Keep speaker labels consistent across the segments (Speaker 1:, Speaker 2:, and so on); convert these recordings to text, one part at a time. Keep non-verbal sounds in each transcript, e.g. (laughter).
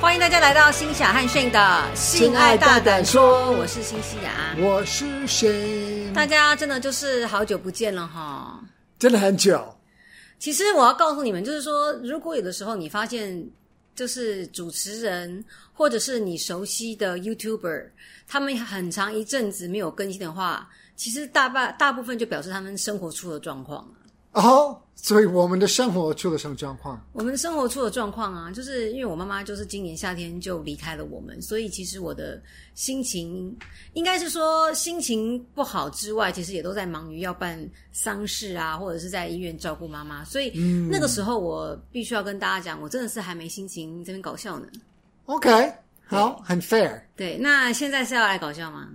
Speaker 1: 欢迎大家来到新雅和迅的《性爱大胆说》，我是新西雅。
Speaker 2: 我是谁？
Speaker 1: 大家真的就是好久不见了哈。
Speaker 2: 真的很久，
Speaker 1: 其实我要告诉你们，就是说，如果有的时候你发现，就是主持人或者是你熟悉的 YouTuber，他们很长一阵子没有更新的话，其实大半大部分就表示他们生活出了状况。
Speaker 2: 哦，所以我们的生活出了什么状况？
Speaker 1: 我们生活出的状况啊，就是因为我妈妈就是今年夏天就离开了我们，所以其实我的心情应该是说心情不好之外，其实也都在忙于要办丧事啊，或者是在医院照顾妈妈，所以那个时候我必须要跟大家讲，我真的是还没心情这边搞笑呢。
Speaker 2: OK，好，很 fair， (laughs)
Speaker 1: 对，那现在是要来搞笑吗？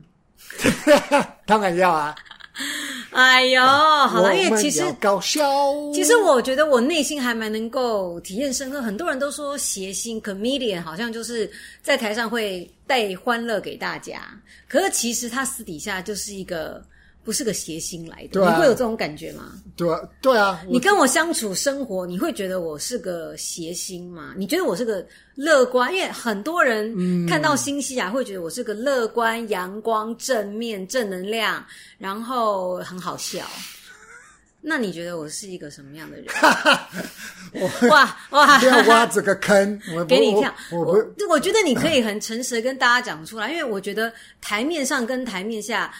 Speaker 2: 当然要啊。
Speaker 1: 哎呦，好
Speaker 2: 我
Speaker 1: 了，
Speaker 2: 们
Speaker 1: 因为其实
Speaker 2: 要搞笑，
Speaker 1: 其实我觉得我内心还蛮能够体验深刻。很多人都说谐星 comedian 好像就是在台上会带欢乐给大家，可是其实他私底下就是一个不是个谐星来的。
Speaker 2: 对啊
Speaker 1: 你会有这种感觉吗？
Speaker 2: 对啊对啊，
Speaker 1: 你跟我相处生活，你会觉得我是个谐星吗？你觉得我是个乐观？因为很多人看到新西亚会觉得我是个乐观、阳光、正面、正能量，然后很好笑。那你觉得我是一个什么样的人？哇哇！
Speaker 2: 不要挖这个
Speaker 1: (laughs)
Speaker 2: 坑，我
Speaker 1: 啊给你跳，
Speaker 2: 我
Speaker 1: 我
Speaker 2: 我不
Speaker 1: 我觉得你可以很诚实的跟大家讲出来，因为我觉得台面上跟台面下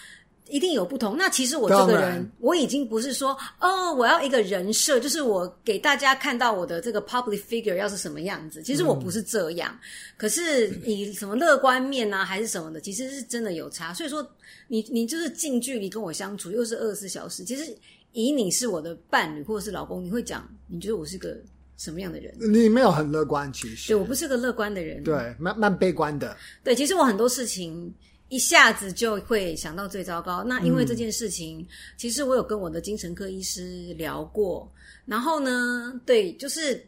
Speaker 1: 一定有不同。那其实我这个
Speaker 2: 当然
Speaker 1: 人，我已经不是说哦，我要一个人设，就是我给大家看到我的这个 public figure 要是什么样子。其实我不是这样，可是以什么乐观面啊，还是什么的，其实是真的有差。所以说你，你就是近距离跟我相处，又是二十四小时，其实以你是我的伴侣或者是老公，你会讲你觉得我是个什么样的人？
Speaker 2: 你没有很乐观，其实
Speaker 1: 对我不是个乐观的人，
Speaker 2: 对，蛮蛮悲观的，
Speaker 1: 对，其实我很多事情一下子就会想到最糟糕。那因为这
Speaker 2: 嗯
Speaker 1: 件事情，其实我有跟我的精神科医师聊过，然后呢，对，就是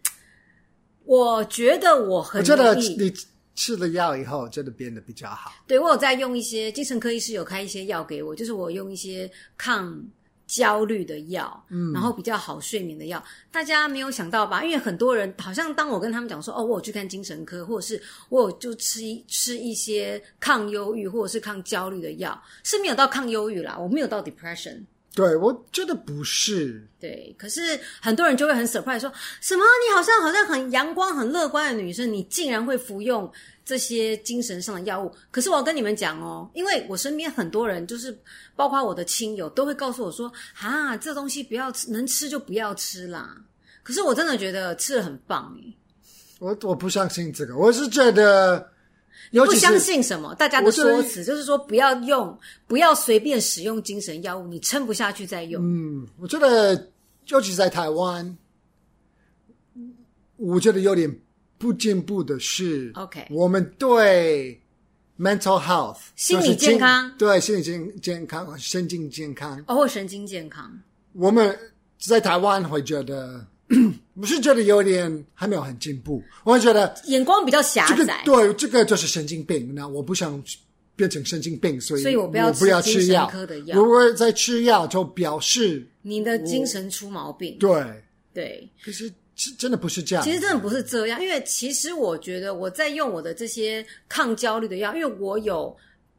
Speaker 1: 我觉得我很
Speaker 2: 我觉得
Speaker 1: 容易
Speaker 2: 你吃了药以后，真的变得比较好。
Speaker 1: 对我有在用一些精神科医师有开一些药给我，就是我用一些抗焦虑的药，嗯，然后比较好睡眠的药。大家没有想到吧？因为很多人好像当我跟他们讲说，哦，我有去看精神科，或者是我有就吃一吃一些抗忧郁或者是抗焦虑的药，是没有到抗忧郁啦，我没有到 depression。
Speaker 2: 对，我觉得不是，
Speaker 1: 对，可是很多人就会很 surprise 说什么？你好像好像很阳光、很乐观的女生，你竟然会服用这些精神上的药物。可是我要跟你们讲哦，因为我身边很多人，就是包括我的亲友，都会告诉我说啊，这东西不要吃，能吃就不要吃啦。可是我真的觉得吃的很棒欸诶，
Speaker 2: 我我不相信这个，我是觉得，尤
Speaker 1: 不
Speaker 2: 其
Speaker 1: 相
Speaker 2: 是
Speaker 1: 信什么？大家的
Speaker 2: 我觉得
Speaker 1: 说辞就是说不要用，不要随便使用精神药物，你撑不下去再用。
Speaker 2: 嗯，我觉得尤其在台湾，我觉得有点不进步的是
Speaker 1: OK
Speaker 2: 我们对 mental health
Speaker 1: 心理
Speaker 2: 就是
Speaker 1: 健康
Speaker 2: 对心理健健康、神经健康，
Speaker 1: 包括神经健康，
Speaker 2: 我们在台湾会觉得， (clears throat) 我是觉得有点还没有很进步，我会觉得
Speaker 1: 眼光比较狭
Speaker 2: 这个
Speaker 1: 窄。
Speaker 2: 对这个就是神经病，那我不想。变成神经病，所以
Speaker 1: 所以我
Speaker 2: 我
Speaker 1: 不要吃
Speaker 2: 不要
Speaker 1: 精
Speaker 2: 吃
Speaker 1: 神
Speaker 2: 药。
Speaker 1: 科的药
Speaker 2: 如果在吃药，就表示
Speaker 1: 你的精神出毛病，
Speaker 2: 对
Speaker 1: 对，
Speaker 2: 可是是真的不是这样。
Speaker 1: 其实真的不是这样，因为其实我觉得我在用我的这些抗焦虑的药，因为我有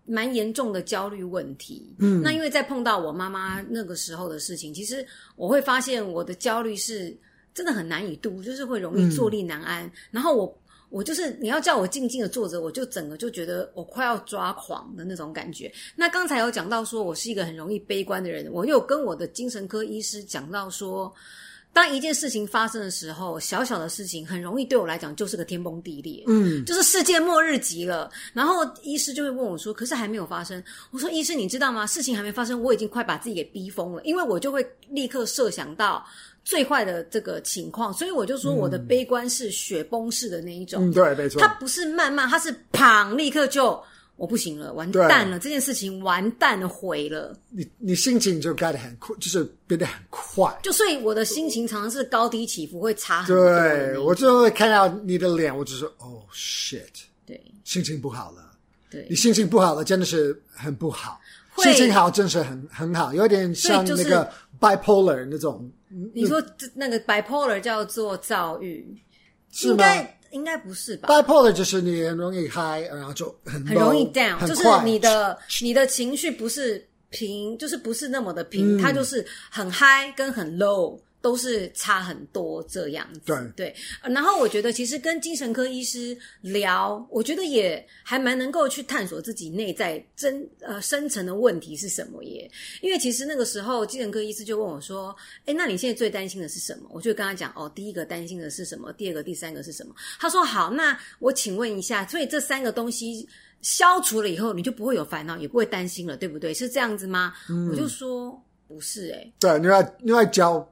Speaker 1: 蛮严重的焦虑问题。嗯，那因为在碰到我妈妈那个时候的事情，其实我会发现我的焦虑是真的很难以度，就是会容易坐立难安。然后我我就是你要叫我静静的坐着，我就整个就觉得我快要抓狂的那种感觉。那刚才有讲到说我是一个很容易悲观的人，我有跟我的精神科医师讲到说，当一件事情发生的时候，小小的事情很容易对我来讲就是个天崩地裂，嗯，就是世界末日级了。然后医师就会问我说：“可是还没有发生。”我说：“医师，你知道吗？事情还没发生，我已经快把自己给逼疯了，因为我就会立刻设想到。”最坏的这个情况，所以我就说我的悲观是雪崩式的那一种，
Speaker 2: 嗯，对，没错
Speaker 1: 它，不是慢慢，它是砰，立刻就我不行了，完蛋了，这件事情完蛋了，毁了。
Speaker 2: 你你心情就改得很快，就是变得很快。
Speaker 1: 就所以我的心情常常是高低起伏，会差很多的那
Speaker 2: 对，
Speaker 1: 种。
Speaker 2: 我就会看到你的脸，我就说哦 shit，
Speaker 1: 对
Speaker 2: 心情不好了。你
Speaker 1: 对，
Speaker 2: 心情不好了，真的是很不好。
Speaker 1: 会
Speaker 2: 心情好，真是很很好，有点像
Speaker 1: 所以就
Speaker 2: 那
Speaker 1: 是
Speaker 2: 个 bipolar 那种，
Speaker 1: 你说这那个 bipolar 叫做躁郁，
Speaker 2: 是
Speaker 1: 应
Speaker 2: 吗？
Speaker 1: 该应该不是吧？
Speaker 2: bipolar 就是你很容易 high，然后就很
Speaker 1: 很容易
Speaker 2: low，
Speaker 1: down，
Speaker 2: 很
Speaker 1: 就是
Speaker 2: 快
Speaker 1: 你的你的情绪不是平，就是不是那么的平，
Speaker 2: 嗯
Speaker 1: 它就是很 high 跟很 low 都是差很多这样子。
Speaker 2: 对
Speaker 1: 对，呃然后我觉得其实跟精神科医师聊，我觉得也还蛮能够去探索自己内在真呃深层的问题是什么耶。因为其实那个时候精神科医师就问我说：“哎，那你现在最担心的是什么？”我就跟他讲：“哦，第一个担心的是什么？第二个、第三个是什么？”他说：“好，那我请问一下，所以这三个东西消除了以后，你就不会有烦恼，也不会担心了，对不对？是这样子吗？”我就说：“不是、欸，
Speaker 2: 对，你要你要教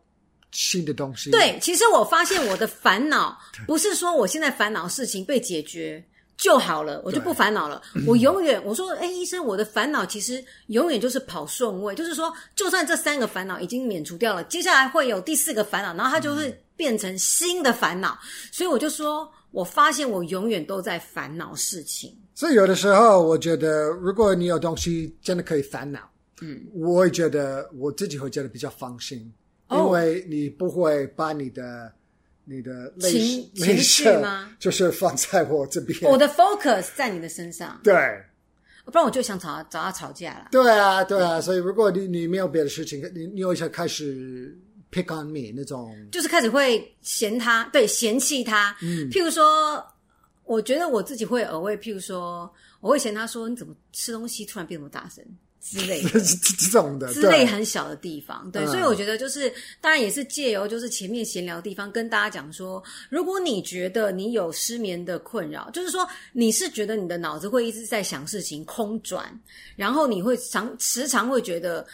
Speaker 2: 新的东西，
Speaker 1: 对，其实我发现我的烦恼不是说我现在烦恼事情被解决就好了，我就不烦恼了。我永远我说，哎，医生，我的烦恼其实永远就是跑顺位，就是说，就算这三个烦恼已经免除掉了，接下来会有第四个烦恼，然后它就会变成新的烦恼。所以我就说，我发现我永远都在烦恼事情。
Speaker 2: 所以有的时候，我觉得如果你有东西真的可以烦恼，嗯，我会觉得我自己会觉得比较放心，
Speaker 1: 哦
Speaker 2: 因为你不会把你的你的泪
Speaker 1: 情
Speaker 2: 泪
Speaker 1: 情绪
Speaker 2: 腺
Speaker 1: 吗哦
Speaker 2: 就是放在我这边，
Speaker 1: 我的 focus 在你的身上，
Speaker 2: 对
Speaker 1: 不然我就想吵找他吵架了。
Speaker 2: 对啊对啊，所以如果你你没有别的事情，你你有一些开始 pick on me 那种， (laughs)
Speaker 1: 就是开始会嫌他，对，嫌弃他。譬如说，我觉得我自己会偶尔，譬如说，我会嫌他说你怎么吃东西突然变那么大声之类的。
Speaker 2: 这这种的，
Speaker 1: 之类
Speaker 2: 对
Speaker 1: 很小的地方，对，
Speaker 2: 嗯
Speaker 1: 所以我觉得就是，当然也是借由就是前面闲聊的地方跟大家讲说，如果你觉得你有失眠的困扰，就是说你是觉得你的脑子会一直在想事情空转，然后你会常时常会觉得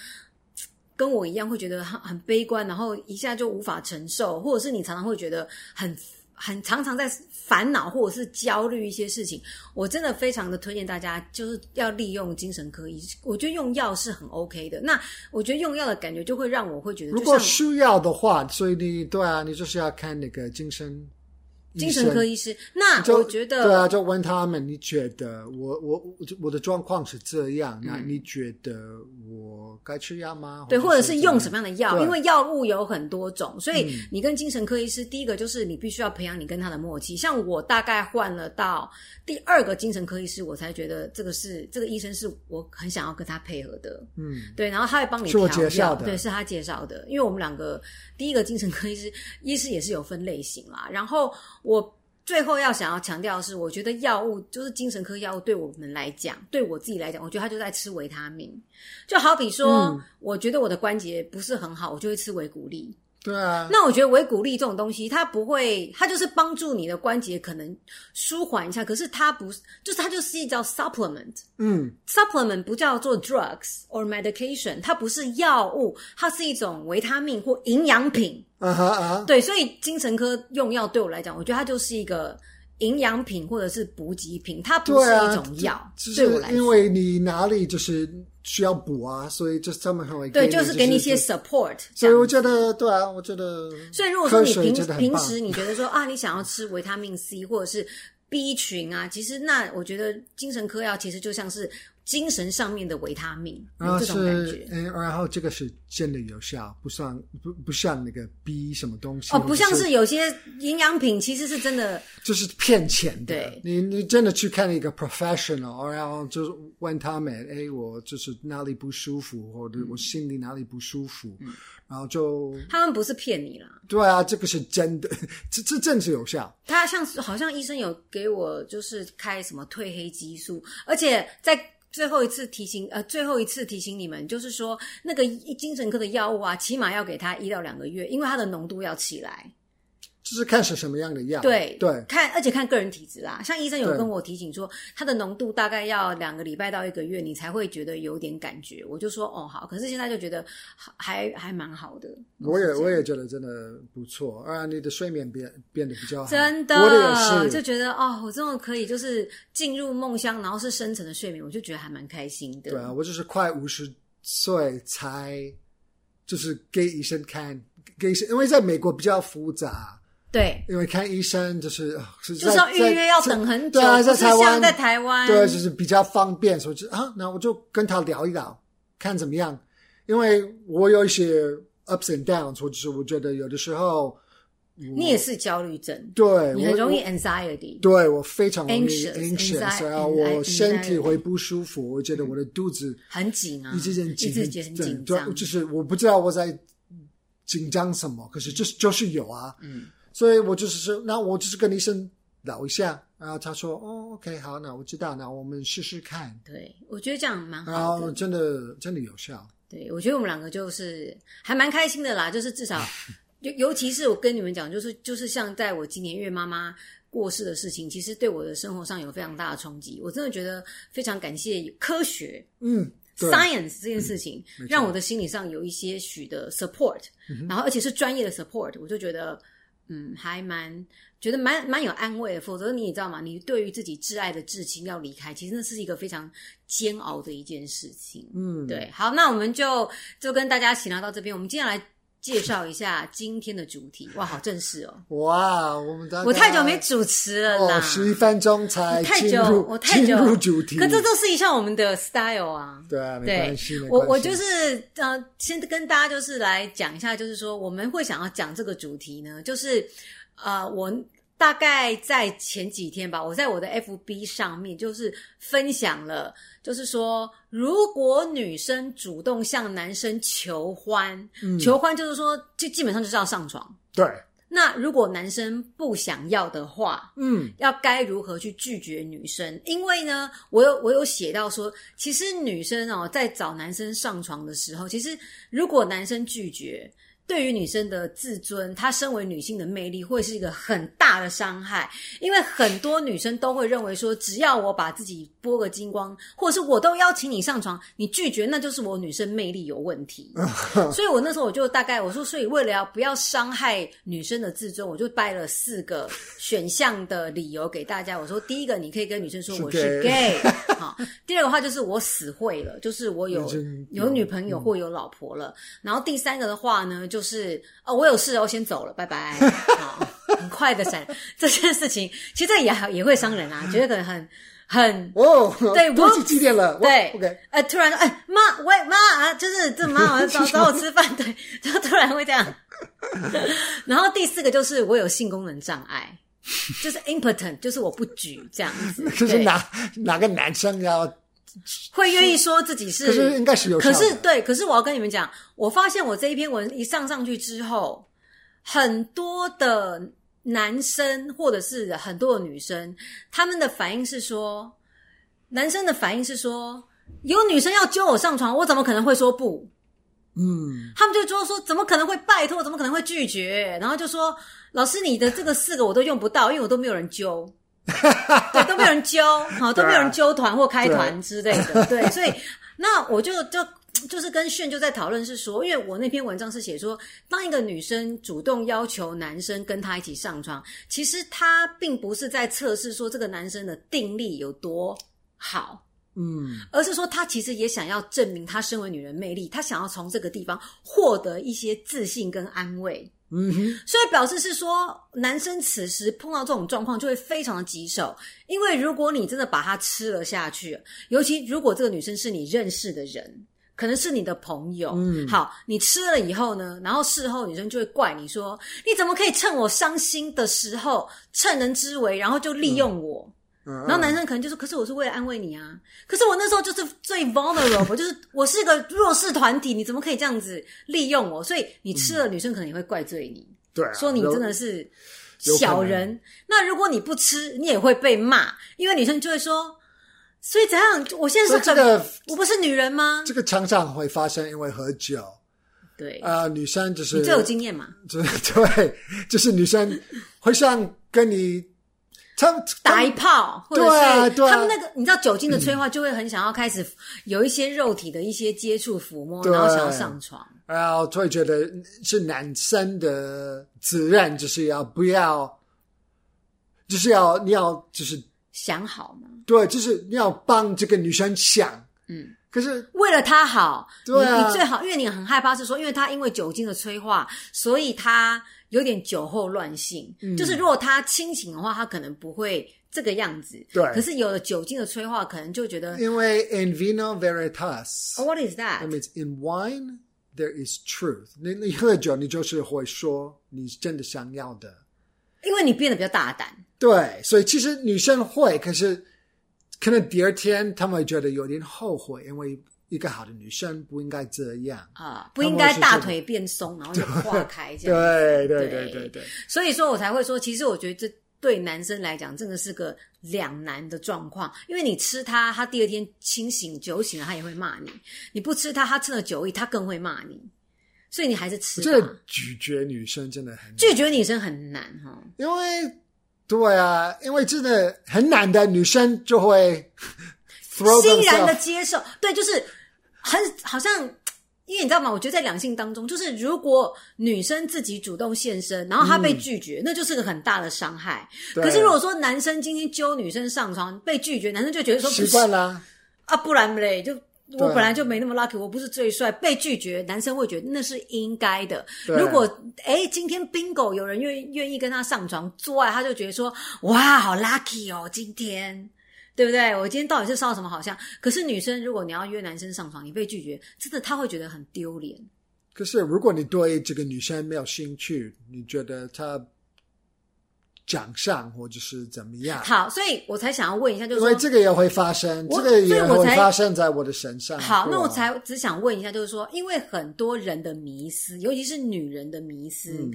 Speaker 1: 跟我一样会觉得很很悲观，然后一下就无法承受，或者是你常常会觉得很很常常在烦恼或者是焦虑一些事情，我真的非常的推荐大家，就是要利用精神科医师，我觉得用药是很 OK 的。那我觉得用药的感觉就会让我会觉得，
Speaker 2: 如
Speaker 1: 就
Speaker 2: 果
Speaker 1: 像
Speaker 2: 需要的话，所以你对啊，你就是要看那个精神医
Speaker 1: 精
Speaker 2: 生
Speaker 1: 神科医师，那
Speaker 2: 就
Speaker 1: 我觉得
Speaker 2: 对啊，就问他们，你觉得我我我我的状况是这样，那你觉得我该吃药吗？
Speaker 1: 嗯对，或者哦是用什
Speaker 2: 么？
Speaker 1: 么样的嗯药？
Speaker 2: 对
Speaker 1: 因为药物有很多种，所以你跟精神科医师，第一个就是你必须要培养你跟他的默契。像我大概换了到第二个精神科医师，我才觉得这个是这个医生是我很想要跟他配合的。
Speaker 2: 嗯，
Speaker 1: 对，然后他会帮你
Speaker 2: 是我
Speaker 1: 调
Speaker 2: 介绍
Speaker 1: 药
Speaker 2: 的
Speaker 1: 对，是他介绍的。因为我们两个第一个精神科医师，医师也是有分类型啦。然后我最后要想要强调的是，我觉得药物就是精神科药物，对我们来讲，对我自己来讲，我觉得他就在吃维他命。就好比说，
Speaker 2: 嗯
Speaker 1: 我觉得我的关节不是很好，我就会吃维骨力。
Speaker 2: 对啊，
Speaker 1: 那我觉得维骨力这种东西，它不会，它就是帮助你的关节可能舒缓一下，可是它不是，就是它就是一叫 supplement。
Speaker 2: 嗯，
Speaker 1: supplement 不叫做 drugs or medication，它不是药物，它是一种维他命或营养品。
Speaker 2: 啊哈啊，
Speaker 1: 对，所以精神科用药对我来讲，我觉得它就是一个营养品或者是补给品，它不是
Speaker 2: 对啊，
Speaker 1: 一种药。
Speaker 2: 就
Speaker 1: 对
Speaker 2: 是
Speaker 1: 我来
Speaker 2: 因
Speaker 1: 说，
Speaker 2: 为你哪里就是需要补啊，所以就是他们很会
Speaker 1: 对，
Speaker 2: 就
Speaker 1: 就是给你一些。support 这
Speaker 2: 所以
Speaker 1: 样。
Speaker 2: 我觉得，对啊，我觉得，
Speaker 1: 所以如果说你
Speaker 2: 喝水
Speaker 1: 平
Speaker 2: 真的很
Speaker 1: 平
Speaker 2: 棒
Speaker 1: 时你觉得说啊，你想要吃维他命 C 或者是 B 群啊，其实那我觉得精神科药其实就像是精神上面的维他命，
Speaker 2: 然后
Speaker 1: 有这种感
Speaker 2: 是
Speaker 1: 觉，。
Speaker 2: 嗯，然后这个是真的有效，不像不不像那个 B 什么东西
Speaker 1: 哦，不像
Speaker 2: 或者
Speaker 1: 是有些营养品其实是真的，
Speaker 2: 就是骗钱的。
Speaker 1: 对
Speaker 2: 你你真的去看一个 professional，然哦后就是问他们，哎，我就是哪里不舒服，或者我心里哪里不舒服，
Speaker 1: 嗯
Speaker 2: 然后就
Speaker 1: 他们不是骗你啦。
Speaker 2: 对啊，这个是真的， (laughs) 这这真是有效。
Speaker 1: 他像是好像医生有给我就是开什么褪黑激素，而且在最后一次提醒呃最后一次提醒你们，就是说那个精神科的药物啊，起码要给他一到两个月，因为它的浓度要起来。
Speaker 2: 就是看是什么样的药，
Speaker 1: 对
Speaker 2: 对，
Speaker 1: 看而且看个人体质啦。像医生有
Speaker 2: 对
Speaker 1: 跟我提醒说，它的浓度大概要两个礼拜到一个月，你才会觉得有点感觉。我就说哦好，可是现在就觉得还还蛮好的。
Speaker 2: 我也我也觉得真的不错，啊，你的睡眠变变得比较好，
Speaker 1: 真
Speaker 2: 我
Speaker 1: 的
Speaker 2: 的也，
Speaker 1: 就是觉得哦，我真的可以就是进入梦乡，然后是深层的睡眠，我就觉得还蛮开心的。
Speaker 2: 对啊，我就是快五十岁才，就是给医生看，给医生，因为在美国比较复杂，
Speaker 1: 对
Speaker 2: 因为看医生就是啊是
Speaker 1: 就是要预约要等很久，
Speaker 2: 对啊，
Speaker 1: 不
Speaker 2: 在
Speaker 1: 是
Speaker 2: 台
Speaker 1: 像
Speaker 2: 湾
Speaker 1: 在台湾，
Speaker 2: 对，就是比较方便，所以就啊，那我就跟他聊一聊，看怎么样，因为我有一些 ups and downs，或者是我觉得有的时候嗯
Speaker 1: 你也是焦虑症，
Speaker 2: 对
Speaker 1: 你很
Speaker 2: 我
Speaker 1: 容易
Speaker 2: 我
Speaker 1: anxiety。
Speaker 2: 对我非常容易
Speaker 1: Anxious, anxiety,
Speaker 2: 啊，
Speaker 1: anxiety
Speaker 2: 我身体会不舒服，我觉得我的肚子
Speaker 1: 很紧啊，
Speaker 2: 一直很紧，
Speaker 1: 一直很紧
Speaker 2: 对
Speaker 1: 张
Speaker 2: 就。就是我不知道我在紧张什么，可是就是就是有啊，嗯，所以我就是说，那我就是跟医生聊一下，然后他说，哦，OK，好，那我知道，那我们试试看，
Speaker 1: 对，我觉得这样蛮
Speaker 2: 然
Speaker 1: 啊好
Speaker 2: 后
Speaker 1: 的。
Speaker 2: 真的真的有效，
Speaker 1: 对，我觉得我们两个就是还蛮开心的啦，就是至少， (laughs) 尤尤其是我跟你们讲，就是就是像在我今年月妈妈过世的事情，其实对我的生活上有非常大的冲击。我真的觉得非常感谢科学
Speaker 2: 嗯，对嗯
Speaker 1: science 这件事情，让我的心理上有一些许的 support，、然后
Speaker 2: 嗯
Speaker 1: 而且是专业的 support，我就觉得。嗯，还蛮觉得蛮蛮有安慰的，否则你也知道嘛，你对于自己挚爱的至亲要离开，其实那是一个非常煎熬的一件事情。
Speaker 2: 嗯，
Speaker 1: 对，好，那我们就就跟大家闲聊到这边。我们接下来介绍一下今天的主
Speaker 2: (laughs)
Speaker 1: 题。哇，好正式哦！
Speaker 2: 哇，我们大概
Speaker 1: 我太久没主持了啦，
Speaker 2: 哦，十一分钟才
Speaker 1: 太
Speaker 2: 进
Speaker 1: 久，
Speaker 2: 入
Speaker 1: 我太久
Speaker 2: 进入主题，
Speaker 1: 可这都是一项我们的 style 啊。
Speaker 2: 对啊，没
Speaker 1: 对
Speaker 2: 关系，没，
Speaker 1: 我
Speaker 2: 关
Speaker 1: 我
Speaker 2: 系
Speaker 1: 就是呃，先跟大家就是来讲一下，就是说我们会想要讲这个主题呢，就是呃，我大概在前几天吧，我在我的 FB 上面就是分享了，就是说如果女生主动向男生求欢，求欢就是说就基本上就是要上床。
Speaker 2: 对，
Speaker 1: 那如果男生不想要的话，
Speaker 2: 嗯，
Speaker 1: 要该如何去拒绝女生？因为呢，我有我有写到说，其实女生哦，在找男生上床的时候，其实如果男生拒绝，对于女生的自尊，她身为女性的魅力会是一个很大的伤害。因为很多女生都会认为说，只要我把自己剥个精光，或者是我都邀请你上床，你拒绝，那就是我女生魅力有问题。所以我那时候我就大概我说，所以为了要不要伤害女生的自尊，我就掰了四个选项的理由给大家。我说，第一个你可以跟女生说
Speaker 2: 是
Speaker 1: 我是 gay，好；第二个话就是我死会了，就是我有
Speaker 2: 已经
Speaker 1: 有女朋
Speaker 2: 嗯
Speaker 1: 友或有老婆了。然后第三个的话呢，就是哦，我有事哦，我先走了，拜拜。好，很快的闪这件事情，其实这也好也会伤人啊，觉得可能很很
Speaker 2: 哦， (laughs)
Speaker 1: 对
Speaker 2: 都
Speaker 1: 我
Speaker 2: 是几点了？我
Speaker 1: 对
Speaker 2: ，OK，
Speaker 1: 呃，突然哎妈喂妈啊，就是这妈我要找找我吃饭，对，就突然会这样。然后第四个就是我有性功能障碍，就是 impotent，就是我不举这样子，
Speaker 2: (laughs) 可是
Speaker 1: 对
Speaker 2: 哪哪个男生要？
Speaker 1: 会愿意说自己
Speaker 2: 可是应该是有效
Speaker 1: 可
Speaker 2: 的，
Speaker 1: 是对，可是我要跟你们讲，我发现我这一篇文一上上去之后，很多的男生或者是很多的女生，他们的反应是说，男生的反应是说，有女生要揪我上床，我怎么可能会说不？
Speaker 2: 嗯，
Speaker 1: 他们就说说怎么可能会拜托，怎么可能会拒绝？然后就说老师，你的这个四个我都用不到，因为我都没有人揪，对，都没有人揪，好，都没有人揪团或开团之类的，对，所以那我就就。就是跟炫就在讨论是说，因为我那篇文章是写说，当一个女生主动要求男生跟她一起上床，其实她并不是在测试说这个男生的定力有多好，
Speaker 2: 嗯，
Speaker 1: 而是说她其实也想要证明她身为女人魅力，她想要从这个地方获得一些自信跟安慰。
Speaker 2: 嗯哼，
Speaker 1: 所以表示是说，男生此时碰到这种状况就会非常的棘手，因为如果你真的把它吃了下去，尤其如果这个女生是你认识的人，可能是你的朋友，
Speaker 2: 嗯
Speaker 1: 好，你吃了以后呢，然后事后女生就会怪你说，你怎么可以趁我伤心的时候趁人之危，然后就利用我？
Speaker 2: 然
Speaker 1: 然后男生可能就是，可是我是为了安慰你啊，可是我那时候就是最 vulnerable，就是我是个弱势团体，你怎么可以这样子利用我？所以你吃了，女生可能也会怪罪你，
Speaker 2: 对啊
Speaker 1: 说你
Speaker 2: 有
Speaker 1: 真的是
Speaker 2: 有可能
Speaker 1: 小人。那如果你不吃，你也会被骂，因为女生就会说，所以怎样？我现在
Speaker 2: 所以
Speaker 1: 是
Speaker 2: 这
Speaker 1: 很，
Speaker 2: 个
Speaker 1: 我不是女人吗？
Speaker 2: 这个常常会发生，因为喝酒
Speaker 1: 对，
Speaker 2: 啊、呃女生就是
Speaker 1: 你最有经验嘛？
Speaker 2: 就对， (laughs) 就是女生会想跟你，她
Speaker 1: 打一炮，或者
Speaker 2: 对啊
Speaker 1: 是
Speaker 2: 对啊
Speaker 1: 他们那个，你知道酒精的催化，就会很想要开始有一些肉体的一些接触、抚摸，
Speaker 2: 对
Speaker 1: 然后想要上床。
Speaker 2: 然后呃就会觉得是男生的责任，就是要不要，就是要你要就是
Speaker 1: 想好嘛，
Speaker 2: 对，就是你要帮这个女生想，
Speaker 1: 嗯，
Speaker 2: 可是
Speaker 1: 为了他好，
Speaker 2: 对啊
Speaker 1: 你你最好，因为你很害怕是说，因为他因为酒精的催化，所以他有点酒后乱性。
Speaker 2: 嗯
Speaker 1: 就是如果他清醒的话，他可能不会这个样子。
Speaker 2: 对嗯
Speaker 1: 可是有了酒精的催化，可能就觉得、
Speaker 2: 因为 in vino veritas，
Speaker 1: oh, What is that？
Speaker 2: 嗯 That means in wine, there is truth 你。你你喝酒，你就是会说你真的想要的。
Speaker 1: 因为你变得比较大胆，
Speaker 2: 对，所以其实女生会，可是可能第二天他们会觉得有点后悔，因为一个好的女生不应该这样。
Speaker 1: 啊，不应该大腿变松，然后就化开这样。
Speaker 2: 对对
Speaker 1: 对
Speaker 2: 对对对，
Speaker 1: 所以说我才会说，其实我觉得这对男生来讲，真的是个两难的状况，因为你吃它，他第二天清醒酒醒了，他也会骂你；你不吃它，他趁了酒意，他更会骂你。所以你还是吃
Speaker 2: 我觉
Speaker 1: 吧
Speaker 2: 得。咀嚼女生真的很难
Speaker 1: 拒绝女生很难哈，
Speaker 2: 因为对啊，因为真的很难的，女生就会 (laughs) throw
Speaker 1: 欣然的
Speaker 2: themselves
Speaker 1: 接受，对，就是很好像，因为你知道吗？我觉得在两性当中，就是如果女生自己主动现身，然后她被拒绝，那就是个很大的伤害。
Speaker 2: 嗯对
Speaker 1: 可是如果说男生今天揪女生上床被拒绝，男生就觉得说
Speaker 2: 习惯
Speaker 1: 不是
Speaker 2: 啦。
Speaker 1: 啊，不然嘞，就我
Speaker 2: 对啊
Speaker 1: 本来就没那么 lucky，我不是最帅，被拒绝，男生会觉得那是应该的。
Speaker 2: 对
Speaker 1: 如果哎今天 bingo 有人愿愿意跟他上床做爱，他就觉得说哇，好 lucky 哦，今天。对不对？我今天到底是上了什么好像？可是女生，如果你要约男生上床，你被拒绝，真的他会觉得很丢脸。
Speaker 2: 可是如果你对这个女生没有兴趣，你觉得她长相或者是怎么样？
Speaker 1: 好，所以我才想要问一下，就是
Speaker 2: 因
Speaker 1: 说
Speaker 2: 为这个也会发生，
Speaker 1: 我
Speaker 2: 这个也
Speaker 1: 所以我
Speaker 2: 会
Speaker 1: 才
Speaker 2: 发生在我的身上。
Speaker 1: 好，
Speaker 2: 对啊
Speaker 1: 那我才只想问一下，就是说，因为很多人的迷思，尤其是女人的迷思，
Speaker 2: 嗯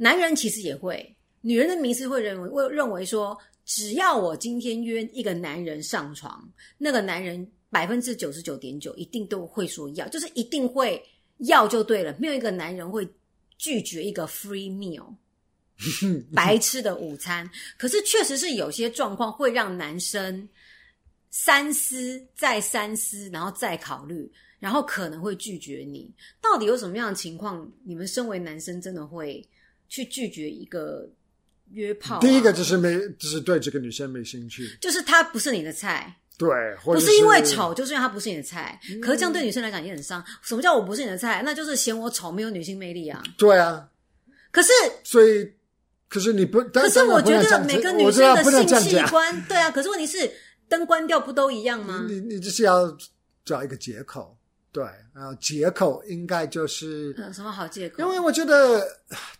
Speaker 1: 男人其实也会，女人的迷思会认为，会认为说，只要我今天约一个男人上床，那个男人百分之九十九点九一定都会说要，就是一定会要就对了，没有一个男人会拒绝一个 free
Speaker 2: (laughs)
Speaker 1: meal。白吃的午餐，可是确实是有些状况会让男生三思再三思，然后再考虑，然后可能会拒绝你。到底有什么样的情况，你们身为男生真的会去拒绝一个约炮啊、
Speaker 2: 第一个就是没，就是对这个女生没兴趣，
Speaker 1: 就是他不是你的菜，
Speaker 2: 对，或
Speaker 1: 不
Speaker 2: 者
Speaker 1: 是因为，丑，就是因为他不是你的菜。
Speaker 2: 嗯
Speaker 1: 可是这样对女生来讲也很伤。什么叫我不是你的菜？那就是嫌我丑，没有女性魅力啊。
Speaker 2: 对啊，
Speaker 1: 可是
Speaker 2: 所以，可是你不，但
Speaker 1: 可是我觉得每个女生的性器，
Speaker 2: 当然不能这样子我知道不能这样
Speaker 1: 官，对啊，可是问题是灯关掉不都一样吗
Speaker 2: 讲？你你就是要找一个借口，对，然后借口应该就是，
Speaker 1: 嗯，什么好借口？
Speaker 2: 因为我觉得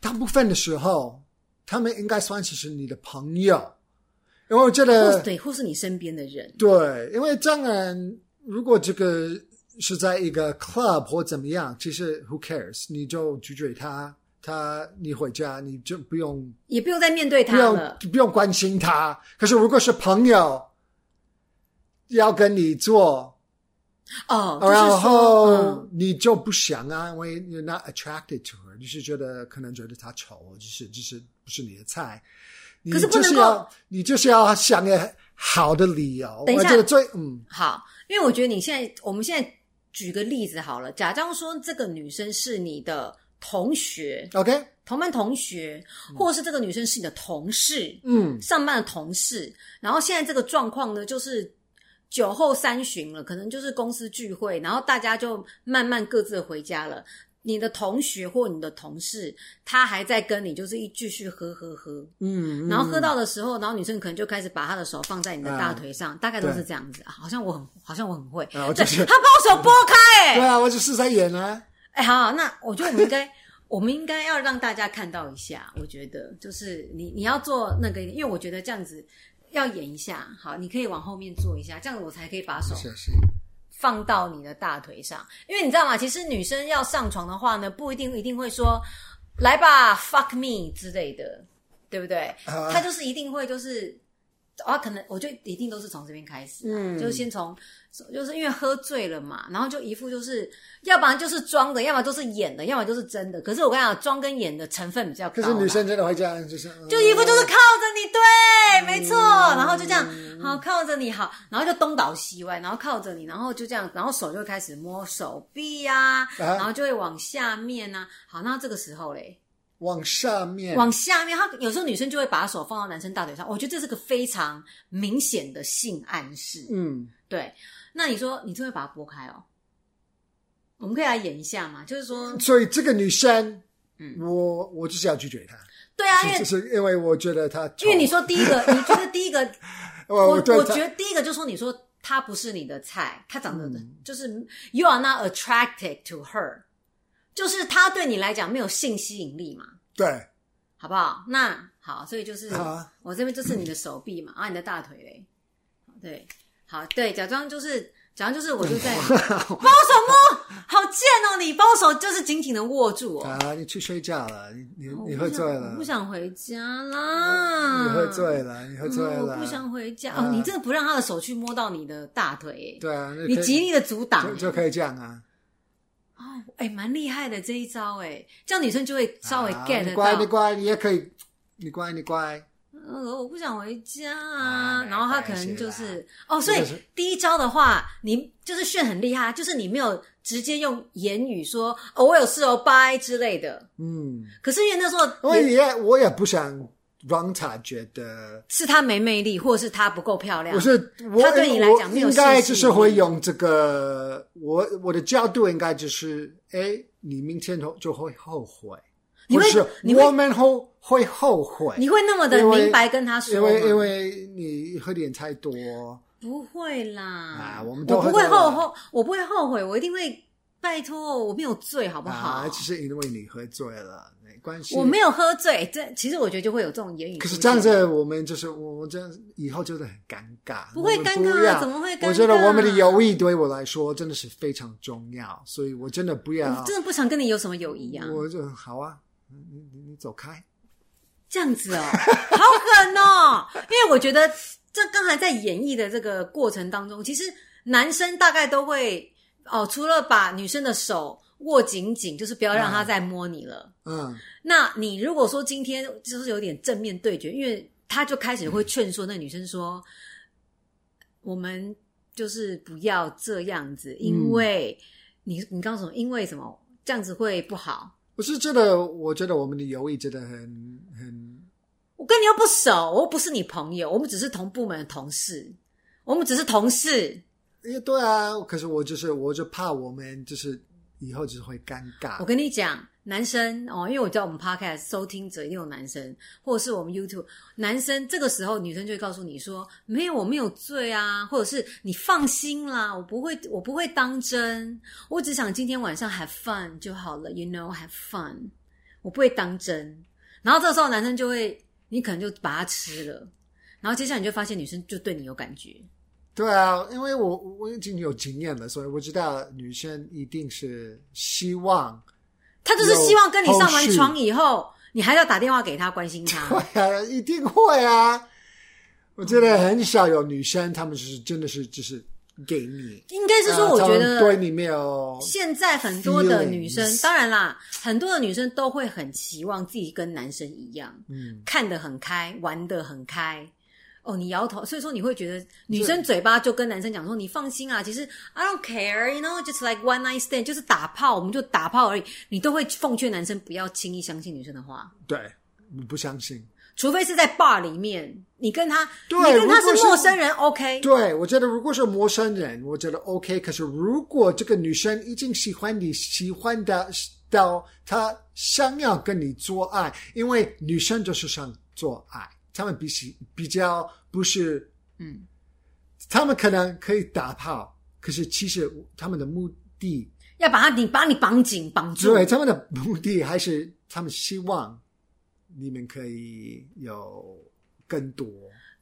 Speaker 2: 大部分的时候，他们应该算是是你的朋友，因为我觉
Speaker 1: 或
Speaker 2: 得
Speaker 1: 是对，或是你身边的人，
Speaker 2: 对，因为当然，如果这个是在一个 club 或怎么样，其实 who cares，你就拒绝他，他你回家你就不用
Speaker 1: 也不用再面对
Speaker 2: 不
Speaker 1: 他
Speaker 2: 用
Speaker 1: 了。
Speaker 2: 不用关心他。可是如果是朋友要跟你做，
Speaker 1: 哦，就是
Speaker 2: 然
Speaker 1: 说，
Speaker 2: 后
Speaker 1: 嗯
Speaker 2: 你就不想啊，因为 you're not attracted to her，就是觉得可能觉得她丑，就是就是不是你的菜。你
Speaker 1: 可是不
Speaker 2: 就是
Speaker 1: 能够
Speaker 2: 要你就是要想个好的理由。
Speaker 1: 等一
Speaker 2: 我
Speaker 1: 下
Speaker 2: 觉得最嗯。
Speaker 1: 好，因为我觉得你现在，我们现在举个例子好了，假装说这个女生是你的同学，
Speaker 2: OK，
Speaker 1: 同班同学，或是这个女生是你的同事，
Speaker 2: 嗯，
Speaker 1: 上班的同事，然后现在这个状况呢，就是酒后三巡了，可能就是公司聚会，然后大家就慢慢各自回家了。你的同学或你的同事，他还在跟你就是一继续喝喝喝，
Speaker 2: 嗯，嗯
Speaker 1: 然后喝到的时候，然后女生可能就开始把她的手放在你的大腿上，大概都是这样子。啊好像我很，好像我很会，
Speaker 2: 啊啊我
Speaker 1: 对，
Speaker 2: 就是
Speaker 1: 她把我手拨开、
Speaker 2: (laughs) 对
Speaker 1: 哎，
Speaker 2: 啊，我就是在演啊，
Speaker 1: 哎，好好，那我觉得我们应该，我们应该要让大家看到一下。我觉得就是你你要做那个，因为我觉得这样子要演一下，好，你可以往后面做一下，这样子我才可以把手
Speaker 2: 是是，
Speaker 1: 放到你的大腿上，因为你知道吗？其实女生要上床的话呢，不一定一定会说“来吧，fuck me” 之类的，对不对？
Speaker 2: 啊
Speaker 1: 她就是一定会就是啊，可能我就一定都是从这边开始、嗯，就是先从就是因为喝醉了嘛，然后就一副就是要不然就是装的，要么就是演的，要么就是真的。可是我跟你讲，装跟演的成分比较高
Speaker 2: 可
Speaker 1: 啦，
Speaker 2: 是女生真的会这样，就是嗯
Speaker 1: 就一副就是靠着你，对，没错，然后就这样，好靠着你，好，然后就东倒西歪，然后靠着你，然后就这样，然后手就开始摸手臂呀、
Speaker 2: 啊
Speaker 1: 然后就会往下面啊，好，那这个时候嘞，
Speaker 2: 往下面，
Speaker 1: 往下面，他有时候女生就会把手放到男生大腿上，我觉得这是个非常明显的性暗示，
Speaker 2: 嗯，
Speaker 1: 对，那你说你真会把它拨开哦？我们可以来演一下嘛，就是说，
Speaker 2: 所以这个女生，
Speaker 1: 嗯
Speaker 2: 我我就是要拒绝她，
Speaker 1: 对啊，因
Speaker 2: 是
Speaker 1: 为
Speaker 2: 就是因为我觉得她丑，哦
Speaker 1: 因为你说第一个，你觉得第一
Speaker 2: (laughs)
Speaker 1: 个
Speaker 2: 我
Speaker 1: 我
Speaker 2: 对
Speaker 1: 我
Speaker 2: 她
Speaker 1: 觉得第一个就说你说他不是你的菜，他长得、
Speaker 2: 嗯
Speaker 1: 就是 you are not attracted to her，就是他对你来讲没有性吸引力嘛，
Speaker 2: 对
Speaker 1: 好不好？那好，所以就是、
Speaker 2: 好啊
Speaker 1: 我这边就是你的手臂嘛，啊，你的大腿嘞，对，好，对，假装就是假装就是我就
Speaker 2: (laughs)
Speaker 1: 在把我手摸，好贱哦，你把我手就是紧紧的握住哦，
Speaker 2: 啊，你去睡觉了，你你
Speaker 1: 我
Speaker 2: 你
Speaker 1: 不
Speaker 2: 喝
Speaker 1: 想
Speaker 2: 醉
Speaker 1: 我
Speaker 2: 了
Speaker 1: 不，想回家啦，
Speaker 2: 你喝醉了，你喝醉
Speaker 1: 嗯
Speaker 2: 了，啊
Speaker 1: 我不想回家、哦，你真的不让他的手去摸到你的大腿，欸
Speaker 2: 对啊，那
Speaker 1: 你
Speaker 2: 可以
Speaker 1: 极力的阻挡、
Speaker 2: 就就可以这样啊，
Speaker 1: 哦，哎、蛮厉害的这一招哎，这样女生就会稍微
Speaker 2: 啊
Speaker 1: get
Speaker 2: 你
Speaker 1: 得
Speaker 2: 乖，你
Speaker 1: 到。
Speaker 2: 乖，你也可以，你乖，你乖，
Speaker 1: 嗯、我不想回家
Speaker 2: 啊
Speaker 1: 啊，
Speaker 2: 没
Speaker 1: 然后他可
Speaker 2: 关系
Speaker 1: 能就
Speaker 2: 啦
Speaker 1: 是哦，所以
Speaker 2: 就是
Speaker 1: 第一招的话，你就是炫很厉害，就是你没有直接用言语说哦，我有事哦，拜之类的。
Speaker 2: 嗯，
Speaker 1: 可是因为那时
Speaker 2: 因
Speaker 1: 候哦
Speaker 2: 为也我也不想让他觉得，
Speaker 1: 是他没魅力，或是他不够漂亮
Speaker 2: 我，是我
Speaker 1: 啊他对你来讲
Speaker 2: 我
Speaker 1: 没有
Speaker 2: 应该
Speaker 1: 信息
Speaker 2: 就是会用这个，我我的角度应该就是，哎，你明天就会后悔，
Speaker 1: 你
Speaker 2: 不
Speaker 1: 会
Speaker 2: 是
Speaker 1: 你会
Speaker 2: 我们后会后悔，
Speaker 1: 你会那么的
Speaker 2: 因为
Speaker 1: 明白跟他说
Speaker 2: 因为
Speaker 1: 吗
Speaker 2: 因为你喝点太多，
Speaker 1: 不会啦，
Speaker 2: 啊我们都
Speaker 1: 我不
Speaker 2: 喝
Speaker 1: 会
Speaker 2: 多
Speaker 1: 后
Speaker 2: 了
Speaker 1: 后，我不会后悔，我一定会拜托，我没有醉，好不好？
Speaker 2: 啊，只是因为你喝醉了，没关系。
Speaker 1: 我没有喝醉，这其实我觉得就会有这种言语出
Speaker 2: 可
Speaker 1: 现。
Speaker 2: 是这样子，我们就是我我这样子以后就是很尴尬，
Speaker 1: 不会
Speaker 2: 我们
Speaker 1: 尴
Speaker 2: 不
Speaker 1: 尬
Speaker 2: 要
Speaker 1: 啊，怎么会尴尬？
Speaker 2: 我觉得我们的友谊对我来说真的是非常重要，所以我真的不要
Speaker 1: 我，真的不想跟你有什么友谊啊，
Speaker 2: 我就好啊，你你你你走开，
Speaker 1: 这样子哦， (laughs) 好狠哦！因为我觉得这刚才在演绎的这个过程当中，其实男生大概都会哦，除了把女生的手握紧紧，就是不要让她再摸你了。
Speaker 2: 嗯，
Speaker 1: 那你如果说今天就是有点正面对决，因为他就开始会劝说那女生说，我们就是不要这样子，因为你你刚刚说什么因为什么这样子会不好？
Speaker 2: 我是真的，我觉得我们的友谊真的很很
Speaker 1: 我跟你又不熟，我又不是你朋友，我们只是同部门的同事，我们只是同事。
Speaker 2: 也对啊，可是我就是我就怕我们就是以后就是会尴尬
Speaker 1: 我，跟你讲，男生哦，因为我知道我们 podcast 收听者也有男生，或者是我们 YouTube 男生，这个时候女生就会告诉你说：“没有，我没有醉啊，或者是你放心啦，我不会，我不会当真，我只想今天晚上 have fun 就好了，you know have fun，我不会当真。”然后这时候男生就会，你可能就把它吃了，然后接下来你就发现女生就对你有感觉。
Speaker 2: 对啊，因为我我已经有经验了，所以我知道女生一定是希望，
Speaker 1: 他就是希望跟你上
Speaker 2: 有后
Speaker 1: 完
Speaker 2: 续
Speaker 1: 床以后，你还要打电话给他关心他。
Speaker 2: 对啊，一定会啊。我觉得很少有女生，她们就是真的是就是给你，
Speaker 1: 应该是说，
Speaker 2: 啊
Speaker 1: 我觉
Speaker 2: 她们
Speaker 1: 得
Speaker 2: 对你没有
Speaker 1: 现在很多的
Speaker 2: Feelings
Speaker 1: 女生，当然啦，很多的女生都会很期望自己跟男生一样，
Speaker 2: 嗯，
Speaker 1: 看得很开，玩得很开。哦，你摇头，所以说你会觉得女生嘴巴就跟男生讲说：“你放心啊，其实 I don't care，you know，just like one night stand，就是打炮，我们就打炮而已。”你都会奉劝男生不要轻易相信女生的话，
Speaker 2: 对，我不相信。
Speaker 1: 除非是在 bar 里面，你跟他，
Speaker 2: 对
Speaker 1: 你跟他
Speaker 2: 如果
Speaker 1: 是
Speaker 2: 是
Speaker 1: 陌生人，OK，
Speaker 2: 对，我觉得如果是陌生人，我觉得 OK。可是如果这个女生已经喜欢你，喜欢的到她想要跟你做爱，因为女生就是想做爱，她们比起比较不是，
Speaker 1: 嗯，
Speaker 2: 她们可能可以打炮，可是其实她们的目的，
Speaker 1: 要把他你把你绑紧绑住，
Speaker 2: 对，她们的目的还是她们希望你们可以有更多。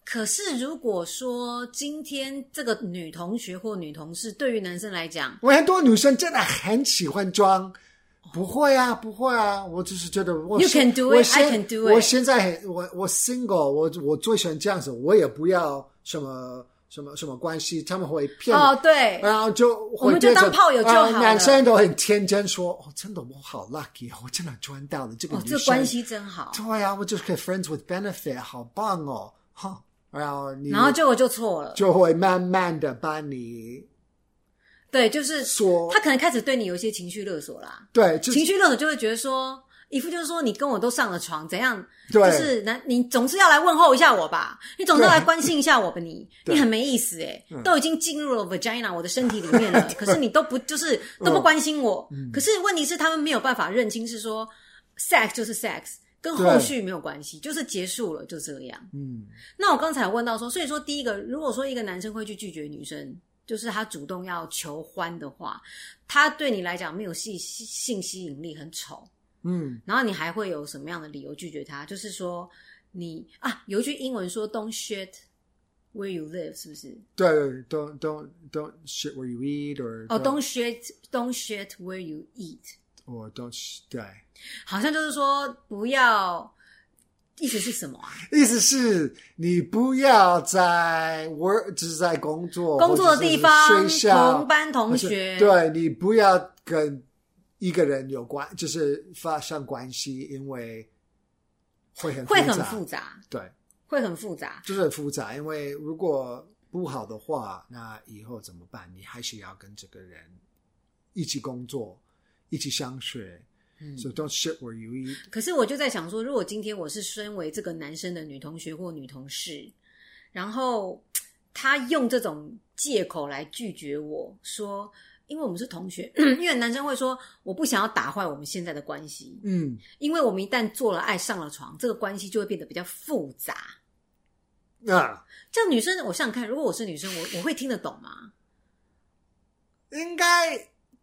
Speaker 1: 可是如果说今天这个女同学或女同事对于男生来讲，
Speaker 2: 我很多女生真的很喜欢装。不会啊，不会啊，我只是觉得我
Speaker 1: You can
Speaker 2: 现
Speaker 1: do it,
Speaker 2: 我现
Speaker 1: I can do it
Speaker 2: 我现在很我我 single，我我最喜欢这样子，我也不要什么什么什么关系，他们会骗我
Speaker 1: 哦，对，
Speaker 2: 然后就
Speaker 1: 我们就当炮友就好了
Speaker 2: 呃男生都很天真说：“哦，真的我好 lucky，我啊真的赚到了这个
Speaker 1: 哦，
Speaker 2: 女生。
Speaker 1: 这关系真好。
Speaker 2: 对啊，我就是可以 friends with benefit，好棒哦，哈。然后你
Speaker 1: 然后结果就错了，
Speaker 2: 就会慢慢的把你
Speaker 1: 对，就是
Speaker 2: 说
Speaker 1: 他可能开始对你有一些情绪勒索啦，
Speaker 2: 对，就是
Speaker 1: 情绪勒索就会觉得说，一副就是说你跟我都上了床，怎样？
Speaker 2: 对
Speaker 1: 就是那你总是要来问候一下我吧，你总是要来
Speaker 2: 对
Speaker 1: 关心一下我吧，你
Speaker 2: 对嗯
Speaker 1: 你很没意思哎、都已经进入了 vagina 我的身体里面
Speaker 2: (laughs)
Speaker 1: 了，可是你都不就是都不关心我，
Speaker 2: 嗯
Speaker 1: 可是问题是他们没有办法认清是说 sex 就是 sex。跟后
Speaker 2: 对
Speaker 1: 续没有关系，就是结束了，就这样。
Speaker 2: 嗯。
Speaker 1: 那我刚才有问到说，所以说第一个，如果说一个男生会去拒绝女生，就是他主动要求欢的话，他对你来讲没有性性吸引力，很丑。
Speaker 2: 嗯
Speaker 1: 然后你还会有什么样的理由拒绝他？就是说你啊，有一句英文说 “Don't shit where you live”，是不是？
Speaker 2: 对，don't don't don't shit where you eat or
Speaker 1: 哦、d o n t shit don't shit where you eat，
Speaker 2: or don't sh- 对，
Speaker 1: 好像就是说不要，意思是什么啊？
Speaker 2: 意思是你不要在 work 就是在工作
Speaker 1: 工作的地方
Speaker 2: 哦或者是学校
Speaker 1: 同班同学
Speaker 2: 或是对你不要跟一个人有关，就是发生关系，因为会很
Speaker 1: 会很
Speaker 2: 杂
Speaker 1: 复杂，
Speaker 2: 对，
Speaker 1: 会很复杂。
Speaker 2: 就是很复杂，因为如果不好的话，那以后怎么办？你还是要跟这个人一起工作，一起上学。
Speaker 1: 嗯
Speaker 2: So don't shit where you eat。
Speaker 1: 可是我就在想说，如果今天我是身为这个男生的女同学或女同事，然后他用这种借口来拒绝我说，因为我们是同学， (clears throat) 因为男生会说我不想要打坏我们现在的关系，
Speaker 2: 嗯，
Speaker 1: 因为我们一旦做了爱上了床，这个关系就会变得比较复杂。
Speaker 2: 啊，
Speaker 1: 这样女生，我想想看，如果我是女生，我我会听得懂吗？
Speaker 2: 应该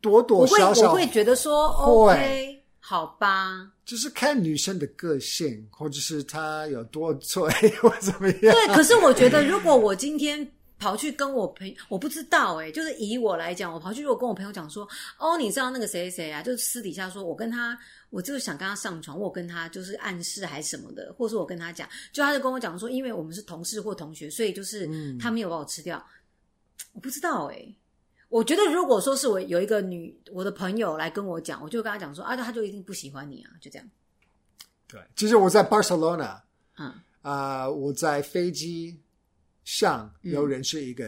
Speaker 2: 多多
Speaker 1: 我会
Speaker 2: 少少
Speaker 1: 我会觉得说
Speaker 2: 会
Speaker 1: ，OK，好吧，
Speaker 2: 就是看女生的个性，或者是她有多脆或怎么样。
Speaker 1: 对，可是我觉得，如果我今天跑去跟我朋友，我不知道哎、就是以我来讲，我跑去如果跟我朋友讲说，哦，你知道那个谁谁谁啊，就是私底下说我跟他，我就是想跟他上床，我跟他就是暗示还是什么的，或是我跟他讲，就他就跟我讲说，因为我们是同事或同学，所以就是
Speaker 2: 嗯
Speaker 1: 他没有把我吃掉，我不知道哎、我觉得，如果说是我有一个女我的朋友来跟我讲，我就跟他讲说啊，他就一定不喜欢你啊，就这样。
Speaker 2: 对，就是我在 Barcelona
Speaker 1: 嗯
Speaker 2: 啊、我在飞机上
Speaker 1: 嗯
Speaker 2: 有认识一个